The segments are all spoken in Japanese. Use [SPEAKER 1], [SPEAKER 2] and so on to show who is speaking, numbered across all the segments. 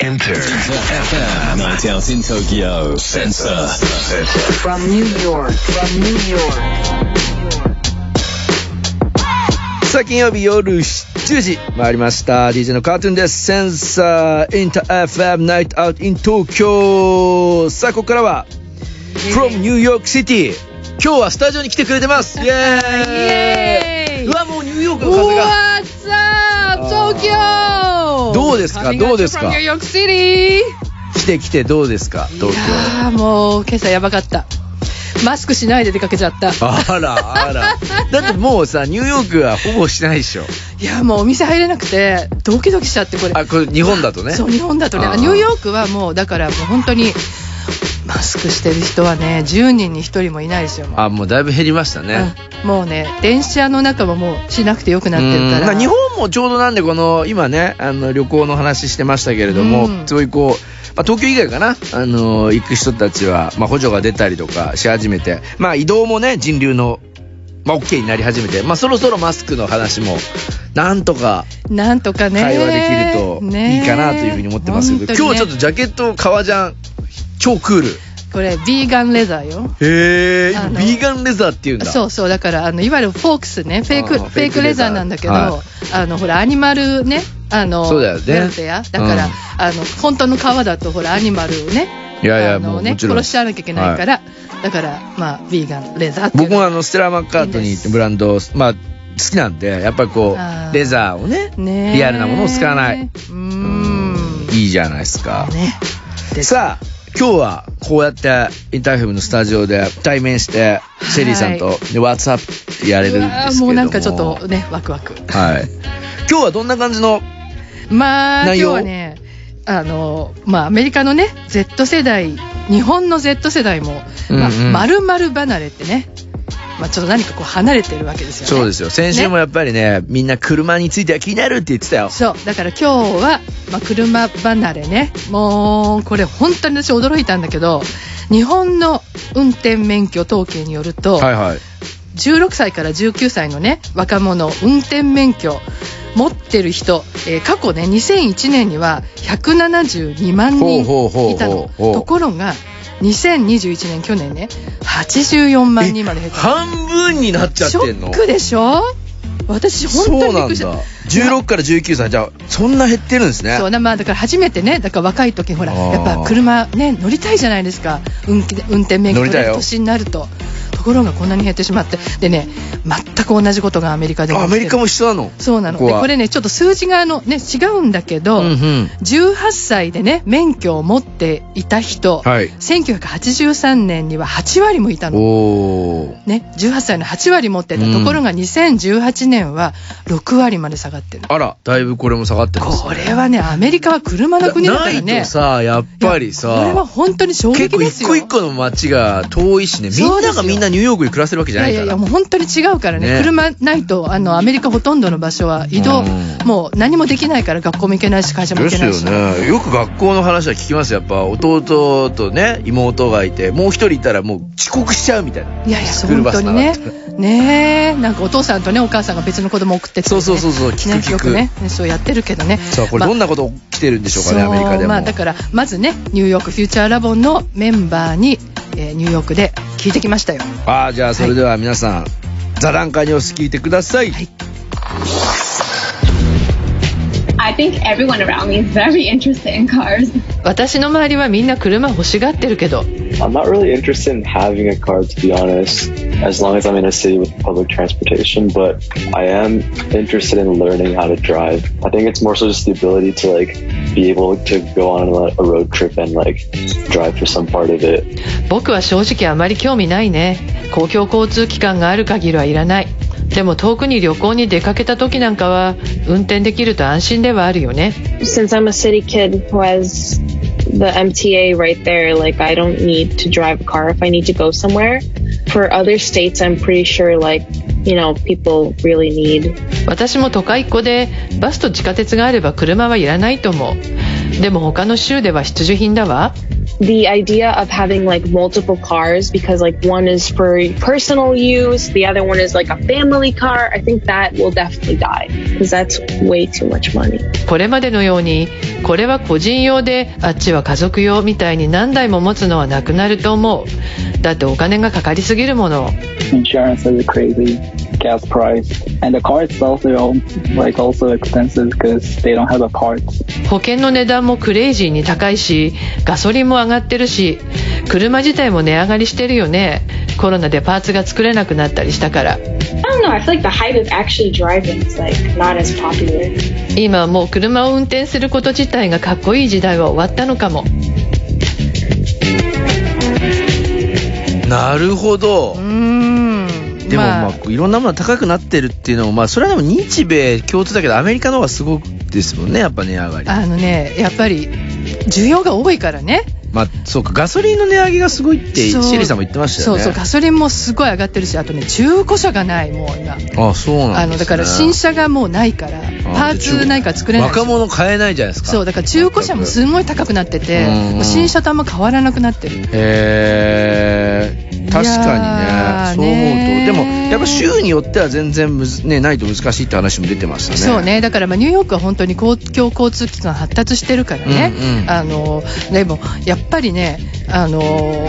[SPEAKER 1] Enter FM.
[SPEAKER 2] Night out in Tokyo. Sensor.
[SPEAKER 1] Sensor.
[SPEAKER 3] From New York, from New York.
[SPEAKER 4] さあ、金曜日夜10時回りました。DJ のカートゥーンです。センサー、インター FM、ナイトアウト、イン東京。さあ、ここからは、from New York City。今日はスタジオに来てくれて ます。イェーイ
[SPEAKER 5] エーイ
[SPEAKER 4] うわ、もうニューヨークの風が。
[SPEAKER 5] What's up, Tokyo?
[SPEAKER 4] どうですかどうですか
[SPEAKER 5] Coming at you from New York City!
[SPEAKER 4] 来て来てどうですか東京。
[SPEAKER 5] ああ、もう今朝やばかった。マスクしないで出かけちゃった。
[SPEAKER 4] あら、あ ら。だってもうさ、ニューヨークはほぼしてないでしょ。
[SPEAKER 5] いや、もうお店入れなくて、ドキドキしちゃって、これ。
[SPEAKER 4] あ、これ日本だとね。
[SPEAKER 5] そう、日本だとね
[SPEAKER 4] あ。ー
[SPEAKER 5] ニューヨークはもう、だからもう本当に、マスクしてる人はね、10人に1人もいないですよ。もう
[SPEAKER 4] あ、もうだいぶ減りましたね。
[SPEAKER 5] うんもうね、電車の中ももうしなくてよくなってるか
[SPEAKER 4] うんま
[SPEAKER 5] ら。
[SPEAKER 4] あ日本もちょうどなんでこの今ねあの旅行の話してましたけれども、
[SPEAKER 5] うん
[SPEAKER 4] そういうこう、まあ、東京以外かなあの行く人たちは、まあ、補助が出たりとかし始めて、まあ、移動もね人流の、まあ、OK になり始めて、まあ、そろそろマスクの話もなんとか
[SPEAKER 5] なんとかね。
[SPEAKER 4] 会話できるといいかなというふうに思ってますけど、
[SPEAKER 5] ね
[SPEAKER 4] 今日ちょっとジャケット革ジャン超クール
[SPEAKER 5] これビーガンレザーよ
[SPEAKER 4] へえ
[SPEAKER 5] あの
[SPEAKER 4] ビーガンレザーっていうんだ
[SPEAKER 5] そうそうだからあのいわゆるフォークスねフェイ
[SPEAKER 4] あ
[SPEAKER 5] ク
[SPEAKER 4] ー
[SPEAKER 5] フェイクレザーなんだけど、
[SPEAKER 4] は
[SPEAKER 5] あのほらアニマルねあの
[SPEAKER 4] そうだよね
[SPEAKER 5] ウェルフェアだから、
[SPEAKER 4] うん
[SPEAKER 5] あの本当の皮だとほらアニマルをね
[SPEAKER 4] いやいや
[SPEAKER 5] あの
[SPEAKER 4] もうも
[SPEAKER 5] ね
[SPEAKER 4] ちろん
[SPEAKER 5] 殺しちゃわなきゃいけないから、だからまあビーガンレザーっていう
[SPEAKER 4] 僕もあのステラ・マッカートニーってブランド、まあ、好きなんでやっぱりこ
[SPEAKER 5] あ
[SPEAKER 4] う
[SPEAKER 5] ー
[SPEAKER 4] レザーをね
[SPEAKER 5] ね
[SPEAKER 4] リアルなものを使わないう
[SPEAKER 5] ーん
[SPEAKER 4] いいじゃないですか、
[SPEAKER 5] ねで
[SPEAKER 4] さあ今日はこうやってインターフェムのスタジオで対面してシェリーさんと、
[SPEAKER 5] は
[SPEAKER 4] で WhatsApp やれるんですけれ
[SPEAKER 5] うわ
[SPEAKER 4] ど
[SPEAKER 5] ー
[SPEAKER 4] も
[SPEAKER 5] もうなんかちょっとねワクワク
[SPEAKER 4] はい今日はどんな感じの
[SPEAKER 5] まあ、今
[SPEAKER 4] 内
[SPEAKER 5] 日
[SPEAKER 4] 容
[SPEAKER 5] はね、あの、まあ、アメリカのね、Z 世代、日本の Z 世代も、まあ
[SPEAKER 4] うんうん
[SPEAKER 5] 丸々離れてね、まあ、ちょっと何かこう離れてるわけですよね。
[SPEAKER 4] そうですよ先週もやっぱりねみんな車については気になるって言ってたよ
[SPEAKER 5] そう。だから今日は、まあ、車離れね。もう、これ本当に私驚いたんだけど、日本の運転免許統計によると、
[SPEAKER 4] はいはい
[SPEAKER 5] 16歳から19歳のね若者運転免許持ってる人、えー過去ね2001年には172万人
[SPEAKER 4] ほうほうほうほう
[SPEAKER 5] いたの
[SPEAKER 4] ほう
[SPEAKER 5] ところが2021年去年ね84万人まで減った
[SPEAKER 4] 半分になっちゃっ
[SPEAKER 5] シ
[SPEAKER 4] てんの
[SPEAKER 5] ョックでしょ私本
[SPEAKER 4] そ
[SPEAKER 5] 当
[SPEAKER 4] う
[SPEAKER 5] にび
[SPEAKER 4] な
[SPEAKER 5] っ
[SPEAKER 4] ん
[SPEAKER 5] くりした
[SPEAKER 4] だ16から19歳じゃあそんな減ってるんですね
[SPEAKER 5] そうなまあ、だから初めてね、だから若い時ほら、
[SPEAKER 4] あー
[SPEAKER 5] やっぱ車、ね、乗りたいじゃないですか、運気運転免許
[SPEAKER 4] 乗り
[SPEAKER 5] 取
[SPEAKER 4] たい
[SPEAKER 5] れ
[SPEAKER 4] よ
[SPEAKER 5] る年になると。ところがこんなに減ってしまって、でね、全く同じことがアメリカで起き
[SPEAKER 4] あ
[SPEAKER 5] て
[SPEAKER 4] ア
[SPEAKER 5] る
[SPEAKER 4] メリカも一緒なの
[SPEAKER 5] そうなの
[SPEAKER 4] こ
[SPEAKER 5] で
[SPEAKER 4] は
[SPEAKER 5] これね、ちょっと数字があの、ね、違うんだけど、
[SPEAKER 4] うんうん
[SPEAKER 5] 18歳でね、免許を持っていた人、
[SPEAKER 4] はい
[SPEAKER 5] 1983年には8割もいたの。
[SPEAKER 4] おー
[SPEAKER 5] ね、18歳の8割持ってた、
[SPEAKER 4] うん
[SPEAKER 5] ところが2018年は6割まで下がってるの
[SPEAKER 4] あらだいぶこれも下がってます
[SPEAKER 5] これはねアメリカは車の国だからね
[SPEAKER 4] ないとさやっぱり
[SPEAKER 5] いやこれは
[SPEAKER 4] さ
[SPEAKER 5] 本当に衝
[SPEAKER 4] 結構
[SPEAKER 5] 撃で
[SPEAKER 4] 一
[SPEAKER 5] すよ
[SPEAKER 4] 個一個の街が遠いしねみんながみんなニューヨークで暮らせるわけ
[SPEAKER 5] い
[SPEAKER 4] じゃな
[SPEAKER 5] や
[SPEAKER 4] い
[SPEAKER 5] い
[SPEAKER 4] か
[SPEAKER 5] やい
[SPEAKER 4] ら
[SPEAKER 5] やもう本当に違うからね
[SPEAKER 4] ね
[SPEAKER 5] 車ないとあのアメリカほとんどの場所は移動、
[SPEAKER 4] うん
[SPEAKER 5] もう何もできないから学校も行けないし会社も
[SPEAKER 4] で
[SPEAKER 5] 行け
[SPEAKER 4] す
[SPEAKER 5] ない
[SPEAKER 4] よ
[SPEAKER 5] し、
[SPEAKER 4] ねよく学校の話は聞きますやっぱ弟とね妹がいてもう一人いたらもう遅刻しちゃうみたいない
[SPEAKER 5] やいや
[SPEAKER 4] スクール
[SPEAKER 5] 本
[SPEAKER 4] バ
[SPEAKER 5] 当
[SPEAKER 4] ス
[SPEAKER 5] に
[SPEAKER 4] な
[SPEAKER 5] ねねえなんかお父さんとねお母さんが別の子供送ってって、ね、
[SPEAKER 4] そうそうそうそう聞く
[SPEAKER 5] ね
[SPEAKER 4] 聞く
[SPEAKER 5] よくねねそうやってるけどね
[SPEAKER 4] さあこれどん
[SPEAKER 5] な
[SPEAKER 4] なこと起きてるんでしょうかねアメリカでも
[SPEAKER 5] まあだからまずねニューヨークフューチャーラボンのメンバーに、えーニューヨークで聞いてきましたよ
[SPEAKER 4] ああじゃあそれでは皆さん、座談会ニュース聞いてください、
[SPEAKER 6] I think everyone around me is very interested in cars.
[SPEAKER 5] 私の周りはみんな車欲しがってるけど
[SPEAKER 7] I'm not really interested in having a car, to be honest, as long as I'm in a city with public transportation, but I am interested in learning how to drive. I think it's more so just the ability to, like, be able to go on a, a road trip and, like, drive for some part of it.
[SPEAKER 8] 僕は正直あまり興味ないね公共交通機関がある限りはいらないでも遠くに旅行に出かけた時なんかは運転できると安心ではあるよね
[SPEAKER 9] since I'm a city kid who has the MTA right there, like I don't need to drive a car if I need to go somewhere. For other states, I'm pretty sure, like, you know, people really need
[SPEAKER 8] 私も都会っ子でバスと地下鉄があれば車はいらないと思うでも他の州では必需品だわ
[SPEAKER 9] the idea of having like multiple cars because like one is for personal use, the other one is like a family car. I think that will definitely die because that's way too much money.
[SPEAKER 8] これまでのようにこれは個人用であっちは家族用みたいに何台も持つのはなくなると思うだってお金がかかりすぎるもの
[SPEAKER 10] Insurance is crazy, gas price, and the car itself is all, like also expensive because they don't have the parts.
[SPEAKER 8] 保険の値段もクレイジーに高いしガソリンも上がってるし車自体も値上がりしてるよねコロナでパーツが作れなくなったりしたから
[SPEAKER 11] I don't know. I feel like the hype of actually driving is like not as popular.
[SPEAKER 8] 今もう車を運転すること自体がかっこいい時代は終わったのかも
[SPEAKER 4] なるほど
[SPEAKER 5] うーん
[SPEAKER 4] でもまあ、いろんなものが高くなってるっていうのもまあそれはでも日米共通だけどアメリカの方がすごくですもんねやっぱ値上がり
[SPEAKER 5] あのねやっぱり需要が多いからね
[SPEAKER 4] まあそうかガソリンの値上げがすごいってシ
[SPEAKER 5] そう
[SPEAKER 4] ェリーさんも言ってましたよね
[SPEAKER 5] そうそうガソリンもすごい上がってるしあとね中古車がないもう今
[SPEAKER 4] あそうなんです、ね、
[SPEAKER 5] あのだから新車がもうないからパーツないから作れないし
[SPEAKER 4] 若者買えないじゃないですか
[SPEAKER 5] そうだから中古車もすごい高くなってて
[SPEAKER 4] うん
[SPEAKER 5] もう新車とあんま変わらなくなってる
[SPEAKER 4] へー確かにねそう
[SPEAKER 5] いやー
[SPEAKER 4] 思う
[SPEAKER 5] ね
[SPEAKER 4] とでもやっぱ州によっては全然むず、ね、ないと難しいって話も出てましたね
[SPEAKER 5] そうねだからまあニューヨークは本当に公共交通機関発達してるからね、
[SPEAKER 4] うんうん
[SPEAKER 5] あのでもやっぱりねあの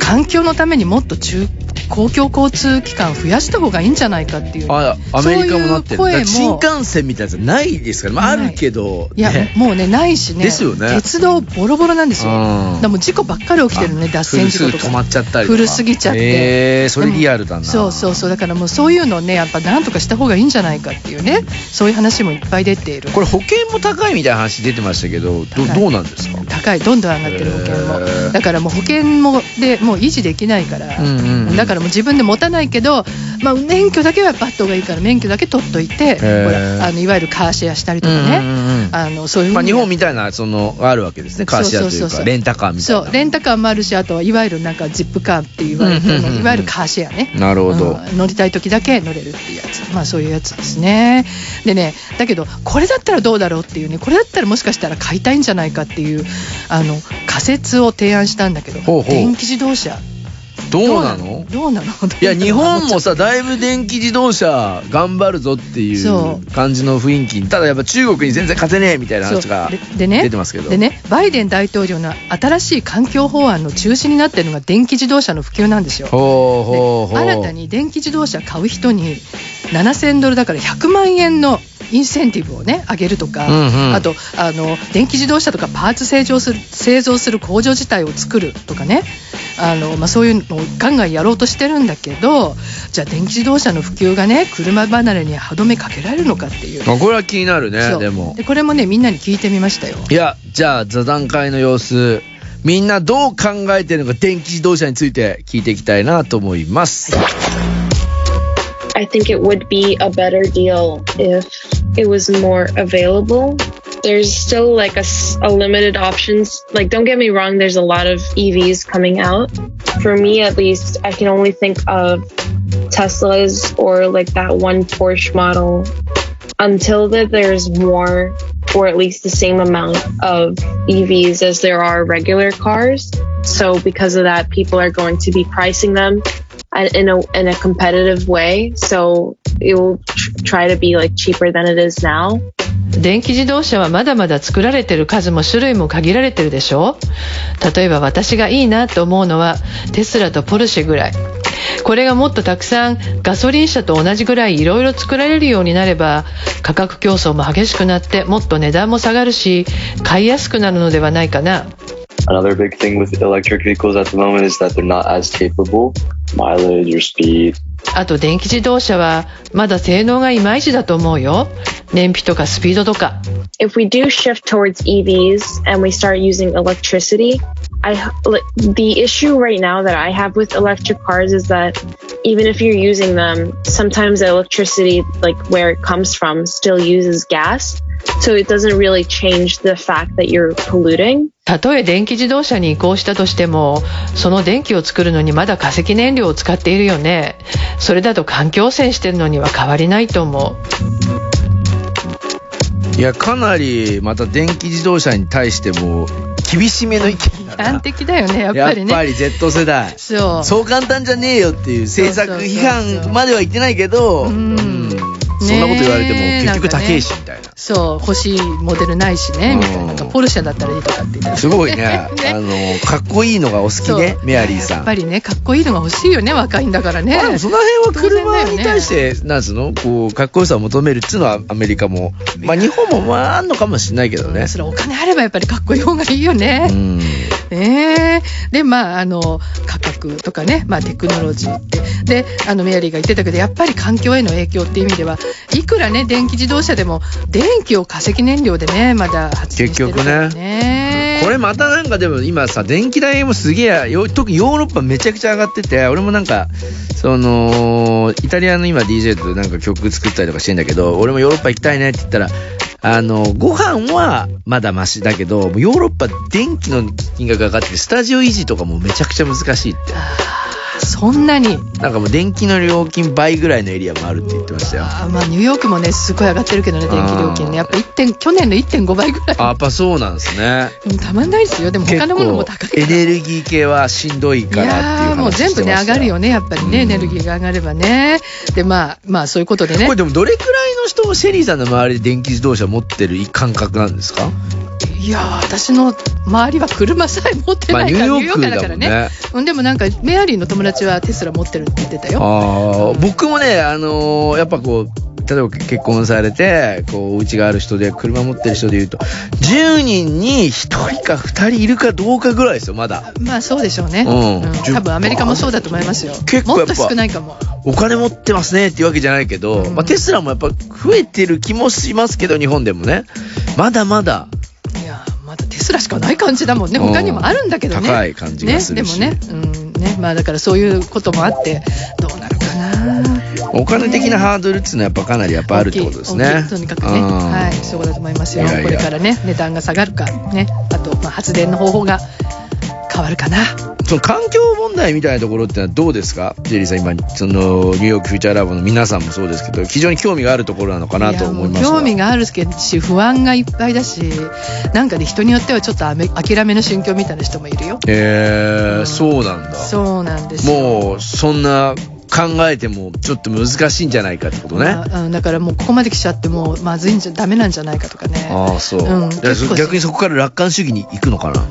[SPEAKER 5] 環境のためにもっと中公共交通機関増やした方がいいんじゃないかっていう
[SPEAKER 4] あアメリカもなってる
[SPEAKER 5] そういう声
[SPEAKER 4] だ
[SPEAKER 5] も
[SPEAKER 4] から新幹線みたいなやつないですから、まあ、あ
[SPEAKER 5] ない
[SPEAKER 4] るけど
[SPEAKER 5] いや、
[SPEAKER 4] ね
[SPEAKER 5] もうねないしね
[SPEAKER 4] ですよね
[SPEAKER 5] 鉄道ボロボロなんですよ、
[SPEAKER 4] うん
[SPEAKER 5] だからもう事故ばっかり起きてるね脱線事
[SPEAKER 4] 古
[SPEAKER 5] 故と
[SPEAKER 4] すぎて止まっ
[SPEAKER 5] か
[SPEAKER 4] ちゃったりとか
[SPEAKER 5] 古すぎちゃって
[SPEAKER 4] へーそれリアルだな
[SPEAKER 5] でもそうそうそうだからもうそういうのねやっぱなんとかした方がいいんじゃないかっていうねそういう話もいっぱい出ている
[SPEAKER 4] これ保険も高いみたいな話出てましたけどど
[SPEAKER 5] 高い
[SPEAKER 4] どうなんですか
[SPEAKER 5] 高いどんどん上がってる保険
[SPEAKER 4] へー
[SPEAKER 5] もだからもう保険もでもう維持できないから、
[SPEAKER 4] うんうんうん
[SPEAKER 5] だからもう自分で持たないけど、まあ、免許だけはやっぱあった方がいいから免許だけ取っといてほ
[SPEAKER 4] ー
[SPEAKER 5] らあのいわゆるカーシェアしたりとかね、
[SPEAKER 4] うんうんうん
[SPEAKER 5] あのそういうふうに
[SPEAKER 4] まあ、日本みたいなそのあるわけですねカーシェアとい
[SPEAKER 5] そううそ
[SPEAKER 4] か
[SPEAKER 5] うそうそう
[SPEAKER 4] レンタカーみたいな
[SPEAKER 5] そうレンタカーもあるしあとはいわゆるなんかジップカーって言われて
[SPEAKER 4] うんうんうんうん
[SPEAKER 5] いわゆるカーシェアね
[SPEAKER 4] なるほど
[SPEAKER 5] うん乗りたい時だけ乗れるっていうやつまあそういうやつですねでねだけどこれだったらどうだろうっていうねこれだったらもしかしたら買いたいんじゃないかっていうあの仮説を提案したんだけど
[SPEAKER 4] ほうほう
[SPEAKER 5] 電気自動車
[SPEAKER 4] どうなの
[SPEAKER 5] どうなのどうなの
[SPEAKER 4] いや日本もさだいぶ電気自動車頑張るぞってい
[SPEAKER 5] そうう
[SPEAKER 4] 感じの雰囲気にただやっぱ中国に全然勝てねえみたいな話が
[SPEAKER 5] そうででね
[SPEAKER 4] 出てますけど
[SPEAKER 5] でねバイデン大統領の新しい環境法案の中心になってるのが電気自動車の普及なんですよ
[SPEAKER 4] ほうほうほう
[SPEAKER 5] で新たに電気自動車買う人に7000ドルだから100万円のインセンティブをね上げるとか、
[SPEAKER 4] うんうん
[SPEAKER 5] あとあの電気自動車とかパーツ製造する製造する工場自体を作るとかねあの、まあ、そういうのをガンガンやろうとしてるんだけどじゃあ電気自動車の普及がね車離れに歯止めかけられるのかっていう。
[SPEAKER 4] まあこれは気になる
[SPEAKER 5] そ
[SPEAKER 4] ね
[SPEAKER 5] う
[SPEAKER 4] でも
[SPEAKER 5] でこれもねみんなに聞いてみましたよ。
[SPEAKER 4] いやじゃあ座談会の様子みんなどう考えてるのか電気自動車について聞いていきたいなと思います、
[SPEAKER 9] I think it would be a better deal if it was more available. There's still like a, s- a limited options. Like, don't get me wrong, there's a lot of EVs coming out. For me, at least, I can only think of Teslas or like that one Porsche model until that there's more or at least the same amount of EVs as there are regular cars. So because of that, people are going to be pricing them at- in a, in a competitive way. So it will tr- try to be like cheaper than it is now.
[SPEAKER 8] 電気自動車はまだまだ作られてる数も種類も限られてるでしょ例えば私がいいなと思うのはテスラとポルシェぐらいこれがもっとたくさんガソリン車と同じぐらいいろいろ作られるようになれば価格競争も激しくなってもっと値段も下がるし買いやすくなるのではないかな
[SPEAKER 7] Another big thing with electric vehicles at the moment is that they're not as capable. Mileage or speed,
[SPEAKER 8] あと電気自動車はまだ性能がいまいちだと思うよ燃費とかスピードとか
[SPEAKER 9] If we do shift towards EVs and we start using electricity, I h- like, the issue right now that I have with electric cars is that even if you're using them, sometimes the electricity, like where it comes from, still uses gas. So it doesn't really change the fact that you're polluting.
[SPEAKER 8] たとえ電気自動車に移行したとしてもその電気を作るのにまだ化石燃料を使っているよねそれだと環境汚染してるのには変わりないと思う
[SPEAKER 4] いやかなりまた電気自動車に対しても厳しめの意見だな
[SPEAKER 5] 端的だよねやっぱりね
[SPEAKER 4] やっぱり Z 世代
[SPEAKER 5] そう
[SPEAKER 4] そう簡単じゃねえよっていう政策批判までは言ってないけどうんそんなこと言われても結局高えしみたいな
[SPEAKER 5] そう欲しいモデルないしねみたいななんかポルシェだったらいいとかって言って
[SPEAKER 4] すごいねあのかっこいいのがお好きねメアリーさ
[SPEAKER 5] や
[SPEAKER 4] ん
[SPEAKER 5] っぱりねかっこいいのが欲しいよね若いんだからね
[SPEAKER 4] まあでもその辺は車に対して、なんつうのこう、かっこよさを求めるっていうのはアメリカも。まあ日本もまああんのかもしれないけどね。
[SPEAKER 5] それはお金あればやっぱりかっこいい方がいいよね。ねえでまああの価格とかね、まあ、テクノロジーってであのメアリーが言ってたけどやっぱり環境への影響っていう意味ではいくらね電気自動車でも電気を化石燃料でねまだ発電
[SPEAKER 4] 結
[SPEAKER 5] してる
[SPEAKER 4] 局
[SPEAKER 5] から
[SPEAKER 4] ね。これまたなんかでも今さ、電気代もすげえ、よ特にヨーロッパめちゃくちゃ上がってて、俺もなんか、その、イタリアの今 DJ となんか曲作ったりとかしてんだけど、俺もヨーロッパ行きたいねって言ったら、あの、ご飯はまだマシだけど、もうヨーロッパ電気の金額が上がってて、スタジオ維持とかもめちゃくちゃ難しいって。
[SPEAKER 5] そんなに
[SPEAKER 4] なんかもう電気の料金倍ぐらいのエリアもあるって言ってましたよ。
[SPEAKER 5] あまあニューヨークもねすごい上がってるけどね電気料金ねやっぱ1点去年の1.5倍ぐらい
[SPEAKER 4] あやっぱそうなんですね。
[SPEAKER 5] うんたまんないですよでも他のものも高い
[SPEAKER 4] 結構エネルギー系はしんどいからっていう話
[SPEAKER 5] もう全部ね上がるよねやっぱりね、エネルギーが上がればねでまあまあそういうことでね
[SPEAKER 4] これでもどれくらいの人をシェリーさんの周りで電気自動車持ってる感覚なんですか
[SPEAKER 5] いやー私の周りは車さえ持ってないから、
[SPEAKER 4] まあニューヨーク
[SPEAKER 5] カーだからね
[SPEAKER 4] だもんね
[SPEAKER 5] うんでもなんかメアリーの友達はテスラ持ってるって言ってたよ
[SPEAKER 4] あー僕もね、あのーやっぱこう、例えば結婚されて、こう、お家がある人で、車持ってる人で言うと、10人に1人か2人いるかどうかぐらいですよ、まだ。
[SPEAKER 5] まあそうでしょうね、
[SPEAKER 4] うん
[SPEAKER 5] うん
[SPEAKER 4] 10
[SPEAKER 5] 多分アメリカもそうだと思いますよ
[SPEAKER 4] 結構
[SPEAKER 5] も
[SPEAKER 4] や
[SPEAKER 5] っ
[SPEAKER 4] っぱ
[SPEAKER 5] と少ないかも
[SPEAKER 4] お金持ってますねっていうわけじゃないけど、まあ、テスラもやっぱ増えてる気もしますけど、日本でもね。まだまだ。
[SPEAKER 5] テスラしかない感じだもんね
[SPEAKER 4] うん
[SPEAKER 5] 他にもあるんだけどね
[SPEAKER 4] 高い感じがするし
[SPEAKER 5] ねでもね,、うん、ねまあだからそういうこともあって
[SPEAKER 4] お金的なハードルっていうのはやっぱかなりやっぱあるってことですね
[SPEAKER 5] 大きい。とにかくね、
[SPEAKER 4] うん
[SPEAKER 5] はい、そうだと思いますよ
[SPEAKER 4] いやいや
[SPEAKER 5] これからね値段が下がるかねあと、まあ、発電の方法が変わるかな
[SPEAKER 4] その環境問題みたいなところってのはどうですかジェリーさん今、そのニューヨークフューチャーラボの皆さんもそうですけど、非常に興味があるところなのかなと思います
[SPEAKER 5] 興
[SPEAKER 4] が。
[SPEAKER 5] 味があるけどし不安がいっぱいだしなんかね人によってはちょっとあめ諦めの心境みたいな人もいるよ
[SPEAKER 4] えー、そうなんだ。
[SPEAKER 5] そうなんですよ
[SPEAKER 4] もう、そんな考えてもちょっと難しいんじゃないかってことね。
[SPEAKER 5] ああだからもうここまで来ちゃってもうまずいんじゃダメなんじゃないかとかね
[SPEAKER 4] ああ、そう。
[SPEAKER 5] うん
[SPEAKER 4] だからそ
[SPEAKER 5] 結構
[SPEAKER 4] 逆にそこから楽観主義に行くのかな。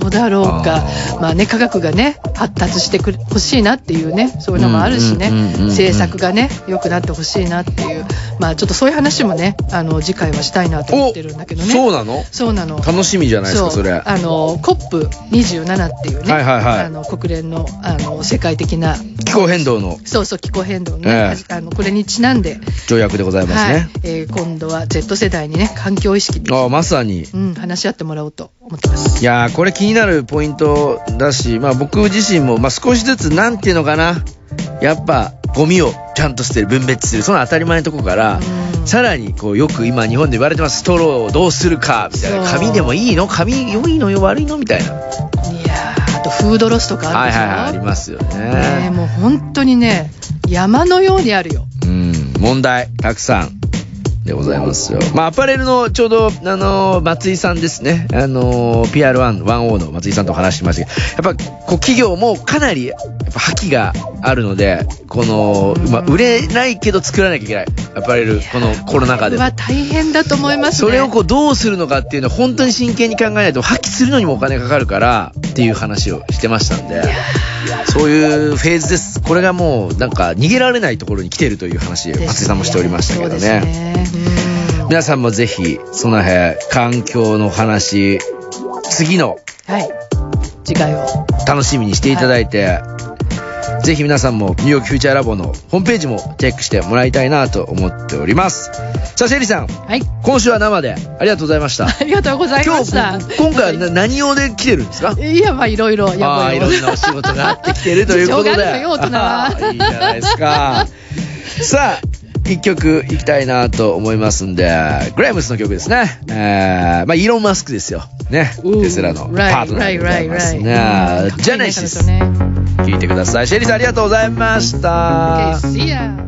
[SPEAKER 5] どうだろうかまあね科学がね発達してくれほしいなっていうねそういうのもあるしね
[SPEAKER 4] うんうんうんうんうん
[SPEAKER 5] 政策がね良くなってほしいなっていうまあちょっとそういう話もねあの次回はしたいなと思ってるんだけどね
[SPEAKER 4] そうなの
[SPEAKER 5] そうなの
[SPEAKER 4] 楽しみじゃないですか、
[SPEAKER 5] う
[SPEAKER 4] それ。は
[SPEAKER 5] あの COP27 っていう
[SPEAKER 4] い
[SPEAKER 5] ね、
[SPEAKER 4] はい
[SPEAKER 5] あ
[SPEAKER 4] は。
[SPEAKER 5] の国連のあの世界的ない
[SPEAKER 4] 気候変動の
[SPEAKER 5] そうそう気候変動ね、
[SPEAKER 4] え
[SPEAKER 5] あのこれにちなんで、
[SPEAKER 4] 条約でございます
[SPEAKER 5] はい
[SPEAKER 4] ね。
[SPEAKER 5] えー今度は Z 世代にね環境意識、
[SPEAKER 4] ああ、まさに。
[SPEAKER 5] うん、話し合ってもらおうと
[SPEAKER 4] いやーこれ気になるポイントだし、まあ、僕自身も、まあ、少しずつなんていうのかなやっぱゴミをちゃんと捨てる分別するその当たり前のとこから、さらにこうよく今日本で言われてますストローをどうするかみたいな
[SPEAKER 5] そう
[SPEAKER 4] 紙でもいいの紙良いのよ悪いのみたいなは
[SPEAKER 5] あとフードロスとかあ
[SPEAKER 4] いはい
[SPEAKER 5] るでしょ、
[SPEAKER 4] はいありますよ
[SPEAKER 5] えー
[SPEAKER 4] ね、
[SPEAKER 5] もう本当にね山のようにあるよ
[SPEAKER 4] うん問題たくさんでございますよまあアパレルのちょうど、あのー松井さんですね、あのー PR110 の松井さんとお話ししましたけどやっぱこう企業もかなりやっぱ覇気があるのでこの、まあ、売れないけど作らなきゃいけないアパレルこのコロナ禍でも
[SPEAKER 5] は大変だと思います
[SPEAKER 4] そ
[SPEAKER 5] ね
[SPEAKER 4] れをこうどうするのかっていうのは本当に真剣に考えないと破棄するのにもお金かかるからっていう話をしてましたんでそういうフェーズですこれがもうなんか逃げられないところに来てるという話を松井さんもしておりましたけどね皆さんもぜひその辺環境の話次の
[SPEAKER 5] はい次回を
[SPEAKER 4] 楽しみにしていただいて、ぜひ皆さんもニューヨークフューチャーラボのホームページもチェックしてもらいたいなと思っておりますさあシェリーさん、今週は生でありがとうございました
[SPEAKER 5] ありがとうございました
[SPEAKER 4] 今回はな何用で来てるんですか
[SPEAKER 5] いやまあいろいろや
[SPEAKER 4] あ
[SPEAKER 5] ば
[SPEAKER 4] あーい
[SPEAKER 5] いよ
[SPEAKER 4] ろんなお仕事があってきてるということで
[SPEAKER 5] 事情があるのよ大人はい
[SPEAKER 4] いじゃないですか さあ一曲いきたいなと思いますんでグレムスの曲ですね、えーまあ、イーロン・マスクですよねテスラのパートナーでございますねジェネシス聞いてくださいシェリーさんありがとうございました
[SPEAKER 5] See ya